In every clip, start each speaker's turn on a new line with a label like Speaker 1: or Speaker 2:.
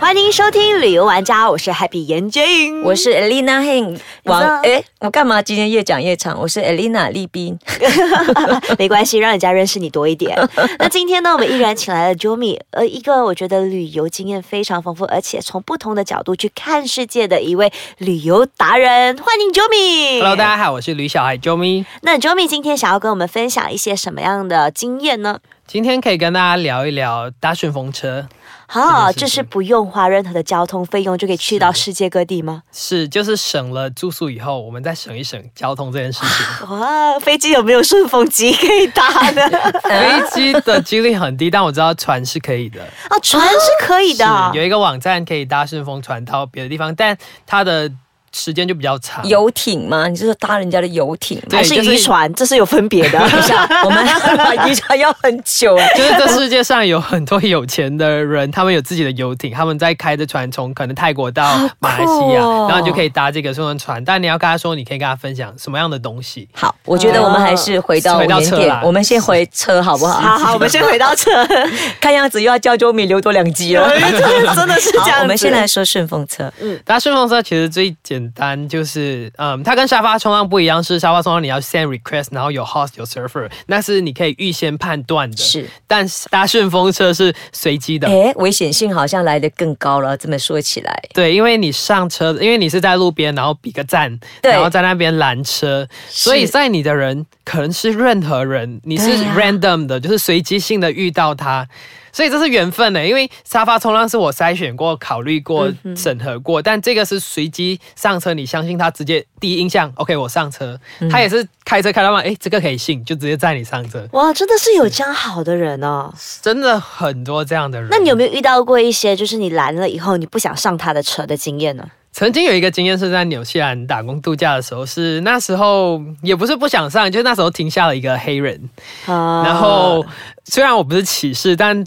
Speaker 1: 欢迎收听旅游玩家，我是 Happy 严俊，
Speaker 2: 我是 Elena Heng 王
Speaker 1: 你知道
Speaker 2: 哎，我干嘛今天越讲越长？我是 Elena 丽斌，
Speaker 1: 没关系，让人家认识你多一 点。那今天呢，我们依然请来了 Jomi，呃，一个我觉得旅游经验非常丰富，而且从不同的角度去看世界的一位旅游达人，欢迎 Jomi。
Speaker 3: Hello，大家好，我是吕小孩 Jomi。
Speaker 1: 那 Jomi 今天想要跟我们分享一些什么样的经验 呢？
Speaker 3: 今天可以跟大家聊一聊搭顺风车，
Speaker 1: 好、
Speaker 3: 这件事情
Speaker 1: 这是不用花任何的交通费用就可以去到世界各地 吗？
Speaker 3: 是就是省了住宿以后，我们再省一省交通这件事 情。
Speaker 1: 哇，飞机有没有顺风机可以搭 呢？嗯
Speaker 3: 飞机的几率很低，但我知道船是可以的。
Speaker 1: 啊，船是可以的啊、
Speaker 3: 是有一个网站可以搭顺风船到别的地方，但它的时间就比较长。
Speaker 2: 游艇吗？你是说搭人家的游艇吗？
Speaker 3: 对啊
Speaker 1: 还是
Speaker 3: 就是
Speaker 1: 渔船，这是有分别的。
Speaker 2: 等一下，我们 把渔船要很久哎。
Speaker 3: 就是这世界上有很多有钱的人，他们有自己的游艇，他们在开着船从可能泰国到马来西亚，
Speaker 2: 好酷哦
Speaker 3: 然后你就可以搭这个顺风船。但你要跟他说，你可以跟他分享什么样的东西。
Speaker 2: 好，我觉得我们还是回到
Speaker 3: 啊回到
Speaker 2: 原
Speaker 3: 车
Speaker 2: 点
Speaker 3: 啦，
Speaker 2: 我们先回车好不好？
Speaker 1: 好好，我们先回到车，
Speaker 2: 看样子又要教周米留多两集 了。
Speaker 1: 真的 真的是这样
Speaker 2: 哎好，
Speaker 1: 子。
Speaker 2: 我们先来说顺风车。
Speaker 3: 搭顺风车其实最简单，就是嗯，它跟沙发冲浪不一样，是沙发冲浪你要 send request，然后有 host 有 server，那是你可以预先判断的。
Speaker 2: 是，
Speaker 3: 但是搭顺风车是随机的。
Speaker 2: 哎，危险性好像来得更高了。这么说起来，
Speaker 3: 对，因为你上车，因为你是在路边，然后比个站，
Speaker 2: 对
Speaker 3: 然后在那边拦车，所以在你的人可能是任何人，你是
Speaker 1: 啊
Speaker 2: 对呀
Speaker 3: random 的，就是随机性的遇到他，所以这是缘分欸呢。因为沙发冲浪是我筛选过、考虑过、
Speaker 1: 嗯
Speaker 3: 审核过，但这个是随机上车，你相信他直接第一印象，OK，我上车，
Speaker 1: 嗯
Speaker 3: 他也是开车开到嘛，诶，这个可以信，就直接载你上车，
Speaker 1: 哇，真的是有这样好的人哦。
Speaker 3: 真的很多这样的人。
Speaker 1: 那你有没有遇到过一些，就是你拦了以后你不想上他的车的经验呢？
Speaker 3: 曾经有一个经验是在纽西兰打工度假的时候，是那时候也不是不想上，就是那时候停下了一个黑人，
Speaker 1: 啊
Speaker 3: 然后虽然我不是歧视，但。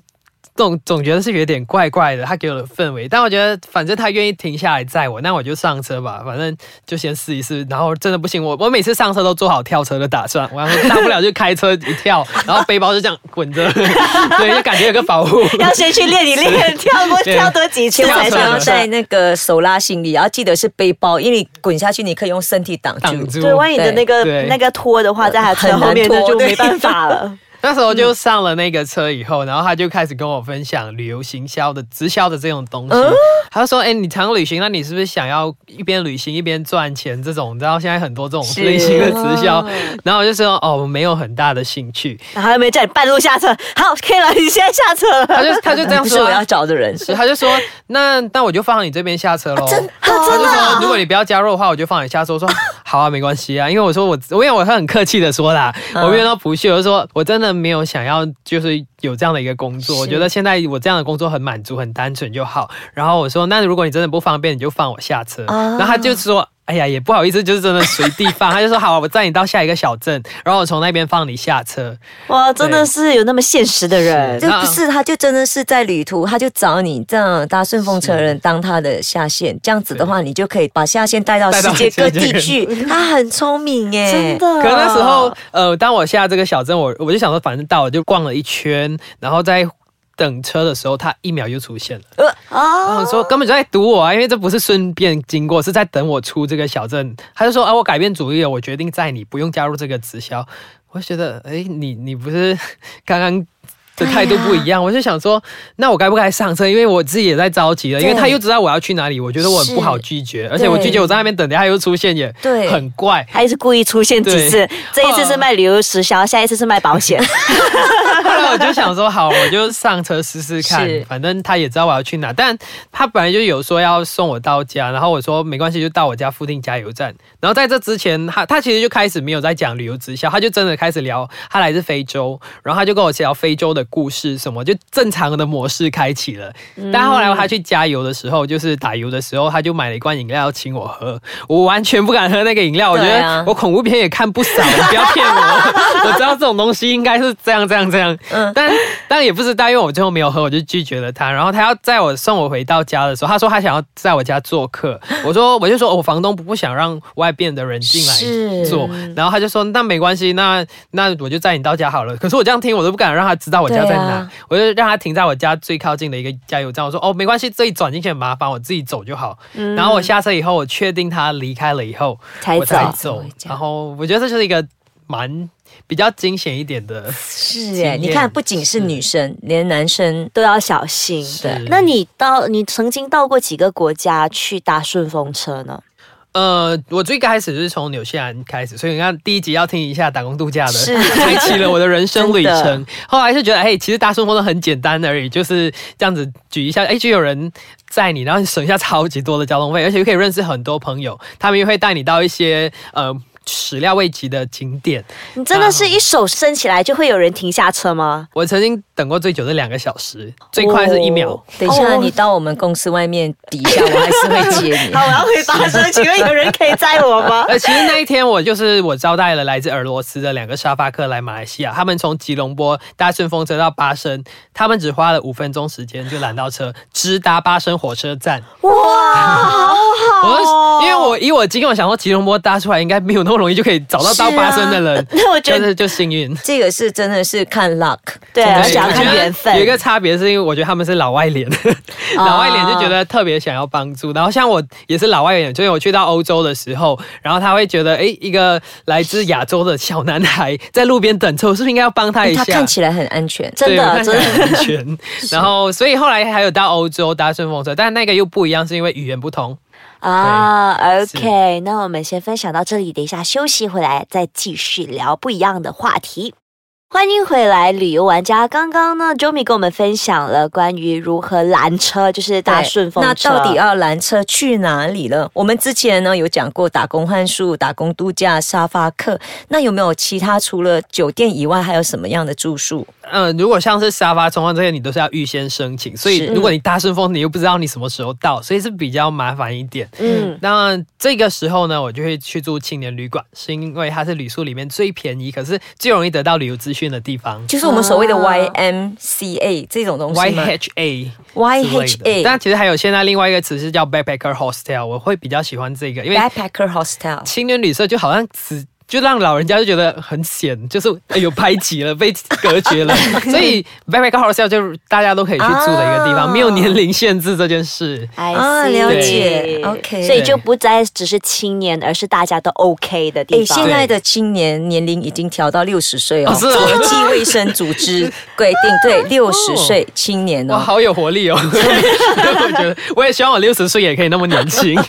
Speaker 3: 总总觉得是有点怪怪的，他给我的氛围，但我觉得反正他愿意停下来载我，那我就上车吧，反正就先试一试。然后真的不行，我我每次上车都做好跳车的打算，我想说大不了就开车一跳，然后背包就这样滚着， 对，就感觉有个保护。
Speaker 1: 要先去练一练，跳过
Speaker 3: 对
Speaker 1: 跳
Speaker 3: 啊
Speaker 1: 多几次
Speaker 2: 千 万
Speaker 1: 才
Speaker 2: 不
Speaker 1: 上
Speaker 2: 要
Speaker 1: 车。
Speaker 2: 带那个手拉行李，然后记得是背包，因为你滚下去，你可以用身体挡
Speaker 3: 挡
Speaker 2: 住。
Speaker 3: 住
Speaker 1: 对，万一你的那个
Speaker 3: 对
Speaker 1: 那个拖的话，在他车后面
Speaker 2: 很难
Speaker 1: 那
Speaker 2: 拖
Speaker 1: 就没办法了。
Speaker 3: 那时候就
Speaker 2: 嗯
Speaker 3: 上了那个车以后，然后他就开始跟我分享旅游行销的直销的这种东
Speaker 2: 嗯
Speaker 3: 西。他就说：“哎、你常旅行，那你是不是想要一边旅行一边赚钱？这种，你知道现在很多这种
Speaker 2: 是啊
Speaker 3: 类型的直销。然后我就说：“哦，我没有很大的兴趣。
Speaker 1: 然后又没叫你半路下车，好，可以了，你现在下车了。
Speaker 3: 他就他就这样
Speaker 2: 嗯 不是
Speaker 3: 说
Speaker 2: 我
Speaker 3: 啊、
Speaker 2: 要找的人，
Speaker 3: 是他就说：“那那我就放你这边下车喽。
Speaker 1: 啊
Speaker 3: 他
Speaker 1: 真
Speaker 3: 就
Speaker 1: 的
Speaker 3: 说，如
Speaker 1: 啊，
Speaker 3: 果你不要加入的话，我就放你下车。我说好啊，没关系啊，因为我说我，因为我很客气的说啦，
Speaker 1: 嗯
Speaker 3: 我没有到不屑，我就说我真的没有想要，就是有这样的一个工作，
Speaker 2: 是
Speaker 3: 我觉得现在我这样的工作很满足，很单纯就好。然后我说，那如果你真的不方便，你就放我下车。
Speaker 1: 啊
Speaker 3: 然后他就说。哎呀，也不好意思，就是真的随地放。他就说好啊，我载你到下一个小镇，然后我从那边放你下车。
Speaker 1: 哇，真的是有那么现实的人。
Speaker 2: 就不是他就真的是在旅途，他就找你这样搭顺风车的人当他的下线，这样子的话，你就可以把下线带到
Speaker 3: 带
Speaker 2: 世
Speaker 3: 到
Speaker 2: 界各地
Speaker 3: 世界
Speaker 2: 去。他很聪明耶，
Speaker 1: 真的。
Speaker 3: 可那时候，呃，当我下这个小镇，我我就想说，反正到了就逛了一圈，然后在等车的时候，他一秒就出现了。
Speaker 2: 呃
Speaker 1: 啊，
Speaker 2: 哦
Speaker 3: 然后说根本就在堵我啊，因为这不是顺便经过，是在等我出这个小镇。他就说啊，我改变主意了，我决定载你，不用加入这个直销。我就觉得，哎，你你不是刚刚的态度不一样，我就想说，那我该不该上车？因为我自己也在着急了，因为
Speaker 2: 对
Speaker 3: 他又知道我要去哪里，我觉得我很
Speaker 2: 是
Speaker 3: 不好拒绝，而且我拒绝
Speaker 2: 对
Speaker 3: 我在那边等，等下又出现也
Speaker 2: 对
Speaker 3: 很怪。
Speaker 1: 他一直故意出现几次
Speaker 3: 对，
Speaker 1: 这一次是卖旅游时销，下一次是卖保 险。
Speaker 3: 后来我就想说，好，我就上车试试看
Speaker 2: 是，
Speaker 3: 反正他也知道我要去哪，但他本来就有说要送我到家，然后我说没关系，就到我家附近加油站。然后在这之前，他他其实就开始没有在讲旅游直销，他就真的开始聊他来自非洲，然后他就跟我聊非洲的故事什么，就正常的模式开启了。
Speaker 2: 嗯
Speaker 3: 但后来他去加油的时候，就是打油的时候，他就买了一罐饮料请我喝，我完全不敢喝那个饮料，我觉
Speaker 2: 对啊
Speaker 3: 得我恐怖
Speaker 2: 嗯
Speaker 3: 片也看不少，你不要骗我，我知道这种东西应该是这样这样这样，但但也不知道，因为我最后没有喝，我就拒绝了他。然后他要载我送我回到家的时候，他说他想要在我家做客，我说我就说我房东不不想让外边的人进来
Speaker 2: 是
Speaker 3: 做，然后他就说那没关系，那那我就载你到家好了。可是我这样听，我都不敢让他知道我家在
Speaker 2: 对
Speaker 3: 哪，
Speaker 2: 啊
Speaker 3: 我就让他停在我家最靠近的一个加油站。我说哦没关系，这里转进去很麻烦，我自己走就好。
Speaker 2: 嗯
Speaker 3: 然后我下车以后，我确定他离开了以后，
Speaker 1: 才
Speaker 3: 我
Speaker 1: 走
Speaker 3: 才
Speaker 2: 才
Speaker 3: 走
Speaker 2: 会。这样
Speaker 3: 然后我觉得这就是一个蛮比较惊险一点的。
Speaker 2: 是
Speaker 3: 经
Speaker 2: 哎，
Speaker 3: 验
Speaker 2: 你看，不仅是女生，连男生
Speaker 1: 都要小心。
Speaker 3: 对
Speaker 1: 那你到你曾经到过几个国家去搭顺风车呢？
Speaker 3: 呃，我最开始就是从纽西兰开始，所以你看第一集要听一下打工度假的，
Speaker 1: 是
Speaker 3: 开启了我的人生旅
Speaker 1: 真
Speaker 3: 程。后来就觉得，哎，其实搭顺风车很简单而已，就是这样子举一下，哎，就有人载你，然后你省下超级多的交通费，而且又可以认识很多朋友，他们又会带你到一些呃始料未及的景点。
Speaker 1: 你真的是一手伸起来就会有人停下车 吗？
Speaker 3: 我曾经等过最久是两个小时，最快是一秒。
Speaker 1: 哦
Speaker 2: 等一下
Speaker 1: 哦
Speaker 2: 你到我们公司外面抵一下，我还是会接你
Speaker 1: 好，。我要回巴生，请问有人可以载我 吗？
Speaker 3: 呃，其实那一天我就是我招待了来自俄罗斯的两个沙发客来马来西亚，他们从吉隆坡搭顺风车到巴生，他们只花了五分钟时间就拦到车，直达巴生火车站。
Speaker 1: 哇，
Speaker 3: 我就因为我以我经验，我想说吉隆坡搭出来应该没有那么容易就可以找到到
Speaker 1: 是啊
Speaker 3: 巴生的人，
Speaker 1: 那我觉
Speaker 3: 真
Speaker 1: 得
Speaker 3: 的就幸运。
Speaker 2: 这个是真的是看 luck，
Speaker 1: 对，
Speaker 3: 对
Speaker 1: 而且要
Speaker 3: 我觉
Speaker 1: 看
Speaker 3: 得
Speaker 1: 缘分。
Speaker 3: 有一个差别是因为我觉得他们是老外脸， 老外脸就
Speaker 1: 哦啊
Speaker 3: 觉得特别想要帮助。然后像我也是老外脸，就是我去到欧洲的时候，然后他会觉得，诶，一个来自亚洲的小男孩在路边等车，我是不是应该要帮他一
Speaker 2: 他
Speaker 3: 下？
Speaker 2: 看起来很安全。
Speaker 1: 真
Speaker 3: 对我
Speaker 1: 的
Speaker 3: 看起
Speaker 1: 真
Speaker 3: 来
Speaker 1: 的，
Speaker 3: 很安 全。然后，所以后来还有到欧洲搭顺风车，但那个又不一样，是因为语言不同。
Speaker 1: 啊
Speaker 3: 是
Speaker 1: ，OK，那我们先分享到这里，等一下休息回来再继续聊不一样的话题。欢迎回来，旅游玩家。刚刚呢，Jomi 跟我们分享了关于如何拦车，就是搭
Speaker 2: 对
Speaker 1: 顺风
Speaker 2: 那
Speaker 1: 车。啊
Speaker 2: 到底要拦车去哪里了？我们之前呢有讲过打工换宿、打工度假、沙发客，那有没有其他除了酒店以外，还有什么样的住宿？
Speaker 3: 嗯、如果像是沙发冲浪这些，你都是要预先申请，所以
Speaker 2: 是
Speaker 3: 如果你搭顺风，你又不知道你什么时候到，所以是比较麻烦一点。
Speaker 1: 嗯，
Speaker 3: 那这个时候呢，我就会去住青年旅馆，是因为它是旅宿里面最便宜，可是最容易得到旅游资讯的地方。
Speaker 2: 就是我们所谓的
Speaker 1: 啊
Speaker 2: YMCA 这种东西
Speaker 3: Y
Speaker 2: 吗
Speaker 3: H A 之类的
Speaker 2: YHA
Speaker 3: 但其实还有现在另外一个词是叫 backpacker hostel，我会比较喜欢这个，因为
Speaker 2: Backpacker Hostel。
Speaker 3: 青年旅社就好像只就让老人家就觉得很险，就是哎呦排挤了，被隔 绝了，所以 backpacker hostel 就是大家都可以去住的一个地
Speaker 1: 啊
Speaker 3: 方，没有年龄限制这件事。
Speaker 1: I
Speaker 2: 啊
Speaker 1: see
Speaker 2: 了
Speaker 3: 解
Speaker 1: 对
Speaker 2: OK
Speaker 1: 所以就不再只是青年，而是大家都 OK 的
Speaker 2: 诶，
Speaker 1: 地方。
Speaker 2: 现在的青年年龄已经调到六十岁哦，
Speaker 3: 哦是哦
Speaker 2: 国际卫生组织规定，对，六十岁青年
Speaker 3: 哇，
Speaker 2: 哦。
Speaker 3: 好有活力哦！ 我觉得我也希望我六十岁也可以那么年轻。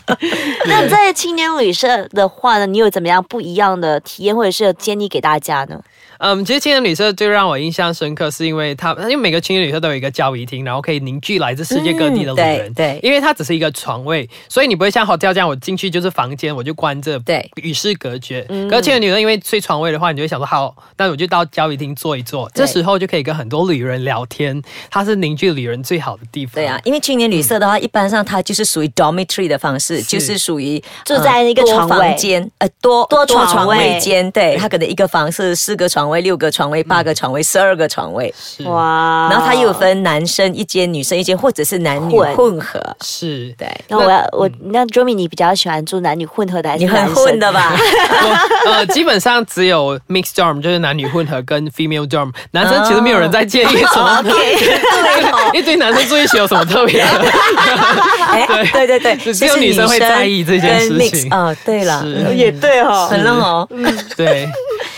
Speaker 1: 那在青年旅社的话呢，你有怎么样不一样的体验，或者是有建议给大家呢？
Speaker 3: 嗯，其实青年旅社最让我印象深刻，是因为它，因为每个青年旅社都有一个交易厅，然后可以凝聚来自世界各地
Speaker 2: 嗯
Speaker 3: 的旅
Speaker 2: 对
Speaker 3: 人。
Speaker 2: 对
Speaker 3: 因为它只是一个床位，所以你不会像 hotel 这样，我进去就是房间，我就关着，
Speaker 2: 对，嗯
Speaker 3: 与世隔绝。可是青年旅社因为睡床位的话，你就会想说，好，那我就到交易厅坐一坐，
Speaker 2: 对
Speaker 3: 这时候就可以跟很多旅人聊天，它是凝聚旅人最好的地方。
Speaker 2: 对啊，，因为青年旅社的话，一般上它就是属于 dormitory 的方式，就是属于
Speaker 1: 住在一个
Speaker 2: 多
Speaker 1: 床位
Speaker 2: 房间，呃，多
Speaker 1: 多床位
Speaker 2: 位间，对，它可能一个房是四个床位、六个床位、八个床位、十二个床位，
Speaker 3: 是
Speaker 1: 哇
Speaker 2: 然后它又有分男生一间、女生一间，或者是男女
Speaker 1: 混
Speaker 2: 混合，
Speaker 3: 是。
Speaker 2: 对。
Speaker 1: 那我要我那 Jomi，你比较喜欢住男女混合的还是
Speaker 2: 嗯你很
Speaker 1: 男生
Speaker 2: 混的？吧？
Speaker 3: 我呃，基本上只有 mixed dorm，就是男女混合跟 female dorm，男生其实没有人在介意什
Speaker 1: 哦
Speaker 3: 么一堆男生住一起有什么特别的？
Speaker 2: 哎，对对对，
Speaker 3: 只只有
Speaker 2: 就是
Speaker 3: 女生会在意这
Speaker 2: 跟
Speaker 3: 件事情
Speaker 2: mix，哦，对了，
Speaker 3: 是
Speaker 2: 嗯
Speaker 1: 也对哦
Speaker 2: 很冷哦。
Speaker 3: 对。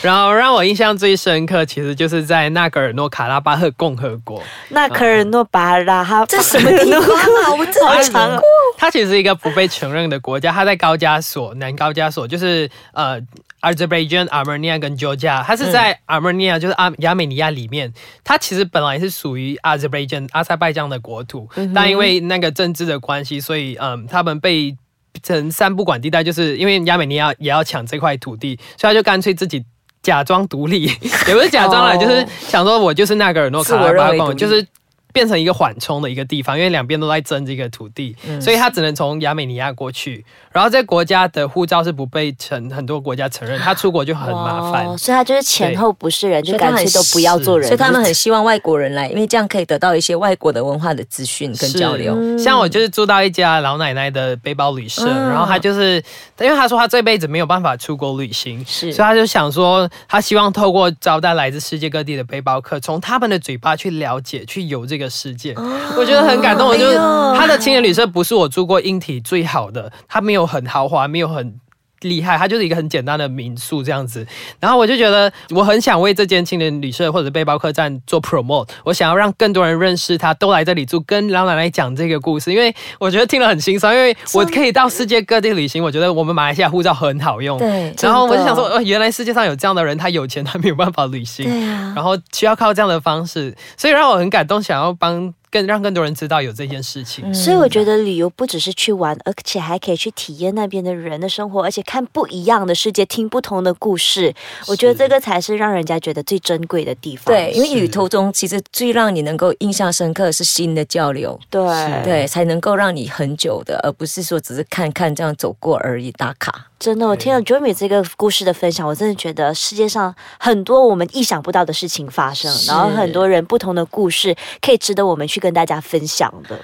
Speaker 3: 然后让我印象最深刻，其实就是在纳格尔诺卡拉巴赫共和国，
Speaker 1: 那科尔诺巴拉哈，
Speaker 2: 嗯这什么地方 啊？我真
Speaker 1: 好
Speaker 2: 的
Speaker 1: 长哦
Speaker 3: 它其实是一个不被承认的国家，它在高加索、南高加索，就是呃。Azerbaijan、Armenia 跟 Georgia，它是在 Armenia，、就是阿亚美尼亚里面，它其实本来是属于 Azerbaijan 阿塞拜疆的国土，但因为那个政治的关系，所以嗯，他们被成三不管地带，就是因为亚美尼亚也要抢这块土地，所以他就干脆自己假装独立，也不是假装
Speaker 2: 哦
Speaker 3: 啦，就是想说我就是纳格尔诺卡拉巴
Speaker 2: 自我认为
Speaker 3: 赫，
Speaker 2: 独立
Speaker 3: 就是变成一个缓冲的一个地方，因为两边都在争这个土地，所以他只能从亚美尼亚过去。然后这国家的护照是不被承很多国家承认，他出国就很麻烦。
Speaker 1: 哦所以他就是前后不是人，就干脆都不要做人。
Speaker 2: 所以他们很希望外国人来，因为这样可以得到一些外国的文化的资讯跟
Speaker 3: 是
Speaker 2: 交流。
Speaker 3: 像我就是住到一家老奶奶的背包旅社，
Speaker 2: 嗯
Speaker 3: 然后她就是，因为她说她这辈子没有办法出国旅行，
Speaker 2: 是
Speaker 3: 所以她就想说，她希望透过招待来自世界各地的背包客，从他们的嘴巴去了解、去游这个世界。我觉得很感动。我就
Speaker 2: 哦哎呦
Speaker 3: 她的青年旅社不是我住过英体最好的，它没有很豪华，没有很。厉害，它就是一个很简单的民宿这样子，然后我就觉得我很想为这间青年旅社或者背包客栈做 promote，我想要让更多人认识它，都来这里住，跟老奶奶讲这个故事，因为我觉得听了很心酸，因为我可以到世界各地旅行，我觉得我们马来西亚护照很好用。
Speaker 2: 对
Speaker 3: 然后我就
Speaker 1: 真的
Speaker 3: 想说，呃，原来世界上有这样的人，他有钱，他没有办法旅行，
Speaker 1: 对啊，
Speaker 3: 然后需要靠这样的方式，所以让我很感动，想要帮更让更多人知道有这件事情。
Speaker 2: 嗯
Speaker 1: 所以我觉得旅游不只是去玩，而且还可以去体验那边的人的生活，而且看不一样的世界，听不同的故事。我觉得这个才是让人家觉得最珍贵的地方。
Speaker 2: 对，因为
Speaker 3: 是
Speaker 2: 旅途中其实最让你能够印象深刻的是新的交流，
Speaker 1: 对
Speaker 3: 是
Speaker 2: 对，才能够让你很久的，而不是说只是看看这样走过而已打卡。
Speaker 1: 真的，我听了 Jeremy 这个故事的分享，我真的觉得世界上很多我们意想不到的事情发生，
Speaker 2: 是
Speaker 1: 然后很多人不同的故事可以值得我们去跟大家分享的。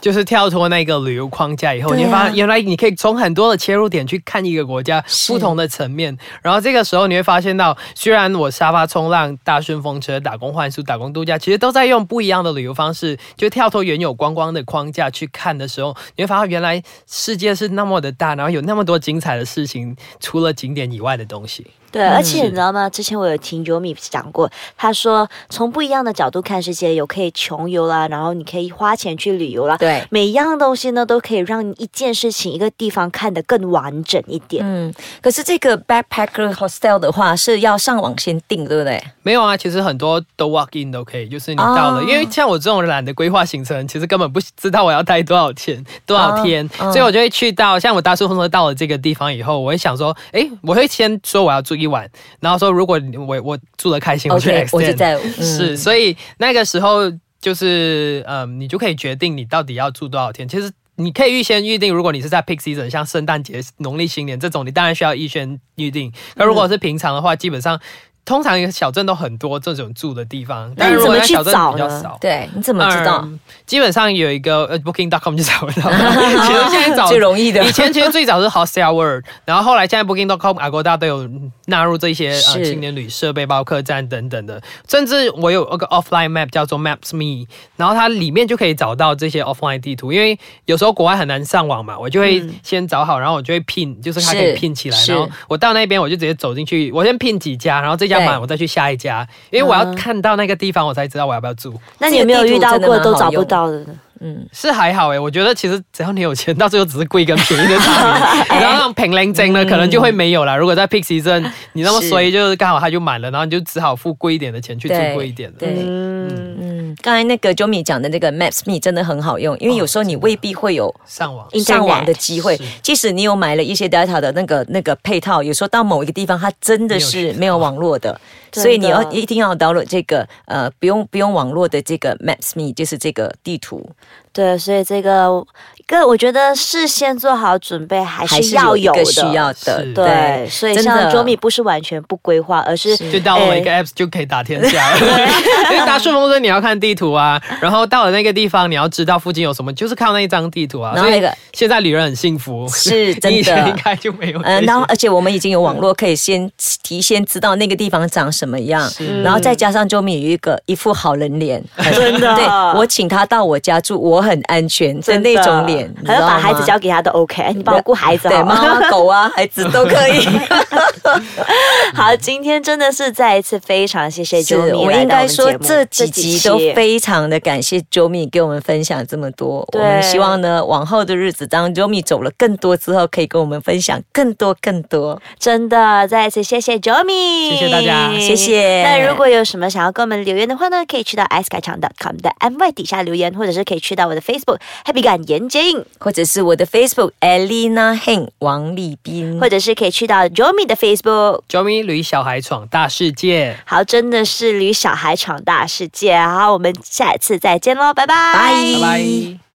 Speaker 3: 就是跳脱那个旅游框架以后，
Speaker 2: 对啊
Speaker 3: 你会发现原来你可以从很多的切入点去看一个国家
Speaker 2: 是
Speaker 3: 不同的层面，然后这个时候你会发现到，虽然我沙发冲浪、搭顺风车、打工换宿、打工度假，其实都在用不一样的旅游方式，就跳脱原有光光的框架去看的时候，你会发现原来世界是那么的大，然后有那么多精彩的事情，除了景点以外的东西。
Speaker 1: 对，而且你
Speaker 3: 是
Speaker 1: 知道吗？之前我有听 Yomi 讲过，他说从不一样的角度看世界，有可以穷游啦，然后你可以花钱去旅游啦。
Speaker 2: 对。
Speaker 1: 每一样东西呢，都可以让一件事情、一个地方看得更完整一点。
Speaker 2: 嗯，可是这个 backpacker hostel 的话是要上网先订，对不对？
Speaker 3: 没有啊，其实很多都 walk in 都可以，就是你到了，
Speaker 2: 哦
Speaker 3: 因为像我这种懒得规划行程，其实根本不知道我要待多少钱、多少天，
Speaker 2: 嗯
Speaker 3: 所以我就会去到，像我搭顺风车到了这个地方以后，我会想说，诶，我会先说我要住一晚，然后说如果我我住的开心，我就
Speaker 2: OK，我就
Speaker 3: extend
Speaker 2: 在、嗯
Speaker 3: 是，所以那个时候就是，嗯，你就可以决定你到底要住多少天。其实你可以预先预定，如果你是在 peak season，像圣诞节、农历新年这种，你当然需要预先预定。可如果是平常的话，基本上通常一个小镇都很多这种住的地方，
Speaker 1: 那
Speaker 3: 但
Speaker 1: 你
Speaker 3: 是如果
Speaker 1: 怎么去
Speaker 3: 小镇比
Speaker 1: 找
Speaker 3: 较
Speaker 1: 呢
Speaker 3: 少。
Speaker 2: 对，你怎么知道？
Speaker 3: 嗯基本上有一个呃 Booking.com 就找得到，其实现在找
Speaker 2: 最容易的
Speaker 3: 以前其实最早是 Hostel World，然后后来现在 Booking.com、Agoda 都有纳入这些呃
Speaker 2: 是
Speaker 3: 青年旅社、背包客栈等等的，甚至我有一个 offline map 叫做 Maps Me，然后它里面就可以找到这些 offline 地图，因为有时候国外很难上网嘛，我就会先找好，然后我就会拼，就是它可
Speaker 2: 嗯是
Speaker 3: 以拼起来，
Speaker 2: 是
Speaker 3: 然后我到那边我就直接走进去，我先拼几家，然后这家
Speaker 2: 对嗯
Speaker 3: 满我再去下一家，因为我要看到那个地方我才知道我要不要住。
Speaker 1: 那你有没有遇到
Speaker 2: 这个
Speaker 1: 过
Speaker 2: 地图真的蛮好
Speaker 1: 都找
Speaker 2: 用
Speaker 1: 不到的呢？
Speaker 3: 是还好诶、欸我觉得其实只要你有钱，到最后只是贵跟便宜的差 别。然后那种平零精呢，可能就会没有啦。如果在 peak season，你那么
Speaker 2: 嗯是
Speaker 3: 衰，就是刚好它就满了，然后你就只好付贵一点的钱去住
Speaker 2: 对
Speaker 3: 贵一点的。
Speaker 2: 对
Speaker 1: 嗯，
Speaker 2: 嗯，刚才那个 Jomi 讲的那个 Maps Me 真的很好用，因为有时候你未必会有
Speaker 3: 上网
Speaker 2: 上网的
Speaker 1: Internet
Speaker 2: 机会
Speaker 3: 是，
Speaker 2: 即使你有买了一些 data 的那个那个配套，有时候到某一个地方它真的
Speaker 3: 没
Speaker 2: 是
Speaker 3: 有
Speaker 2: 没有网络的，
Speaker 1: 真的
Speaker 2: 所以你要一定要 download 这个呃不用不用网络的这个 Maps Me，就是这个地图，
Speaker 1: 对，所以这个个我觉得事先做好准备还是要
Speaker 2: 一
Speaker 1: 有
Speaker 2: 个
Speaker 1: 的。
Speaker 2: 需要的，
Speaker 3: 是
Speaker 1: 对，所以
Speaker 2: 真
Speaker 1: 像
Speaker 2: 的
Speaker 1: Jomi 不是完全不规划，而是哎
Speaker 3: 就到了一
Speaker 2: 哎
Speaker 3: 个 app 就可以打天下 了。因为搭顺风车你要看地图啊，然后到了那个地方你要知道附近有什么，就是靠那一张地图啊。
Speaker 2: 然后
Speaker 3: 所以
Speaker 2: 那个
Speaker 3: 现在旅人很幸福，
Speaker 2: 是真的
Speaker 3: 你以前应该就没有这些。
Speaker 2: 嗯，然后而且我们已经有网络，可以先提先知道那个地方长什么样，
Speaker 3: 是
Speaker 2: 然后再加上周敏有一个一副好人脸，
Speaker 1: 真的
Speaker 2: 对我请他到我家住，我很安全的那种脸，你知
Speaker 1: 还要
Speaker 2: 道
Speaker 1: 把
Speaker 2: 吗
Speaker 1: 孩子交给他都 OK，哎你帮我顾孩子
Speaker 2: 对
Speaker 1: 好吗？
Speaker 2: 猫啊、狗啊、孩子都可 以。
Speaker 1: 好，今天真的是再一次非常谢谢
Speaker 2: 是
Speaker 1: Jomi 来到
Speaker 2: 我
Speaker 1: 我
Speaker 2: 应该
Speaker 1: 们
Speaker 2: 说
Speaker 1: 节目
Speaker 2: 这几集都
Speaker 1: 期
Speaker 2: 非常的感谢 Jomi 给我们分享这么多。我
Speaker 1: 对
Speaker 2: 们希望呢，往后的日子当 Jomi 走了更多之后，可以跟我们分享更多更多。
Speaker 1: 真的再一次谢谢 Jomi，
Speaker 3: 谢谢大家
Speaker 2: 谢谢
Speaker 1: 那如果有什么想要跟我们留言的话呢，可以去到 i c e 改场 .com 的 MY 底下留言，或者是可以去到我的 Facebook Happy 感言接应，
Speaker 2: 或者是我的 Facebook Elena Heng 王立斌，
Speaker 1: 或者是可以去到 Jomi 的 Facebook。
Speaker 3: j o m y 旅小孩闯大世界，
Speaker 1: 好，真的是旅小孩闯大世界。好，我们们下次再见喽，拜拜，
Speaker 2: 拜
Speaker 3: 拜拜。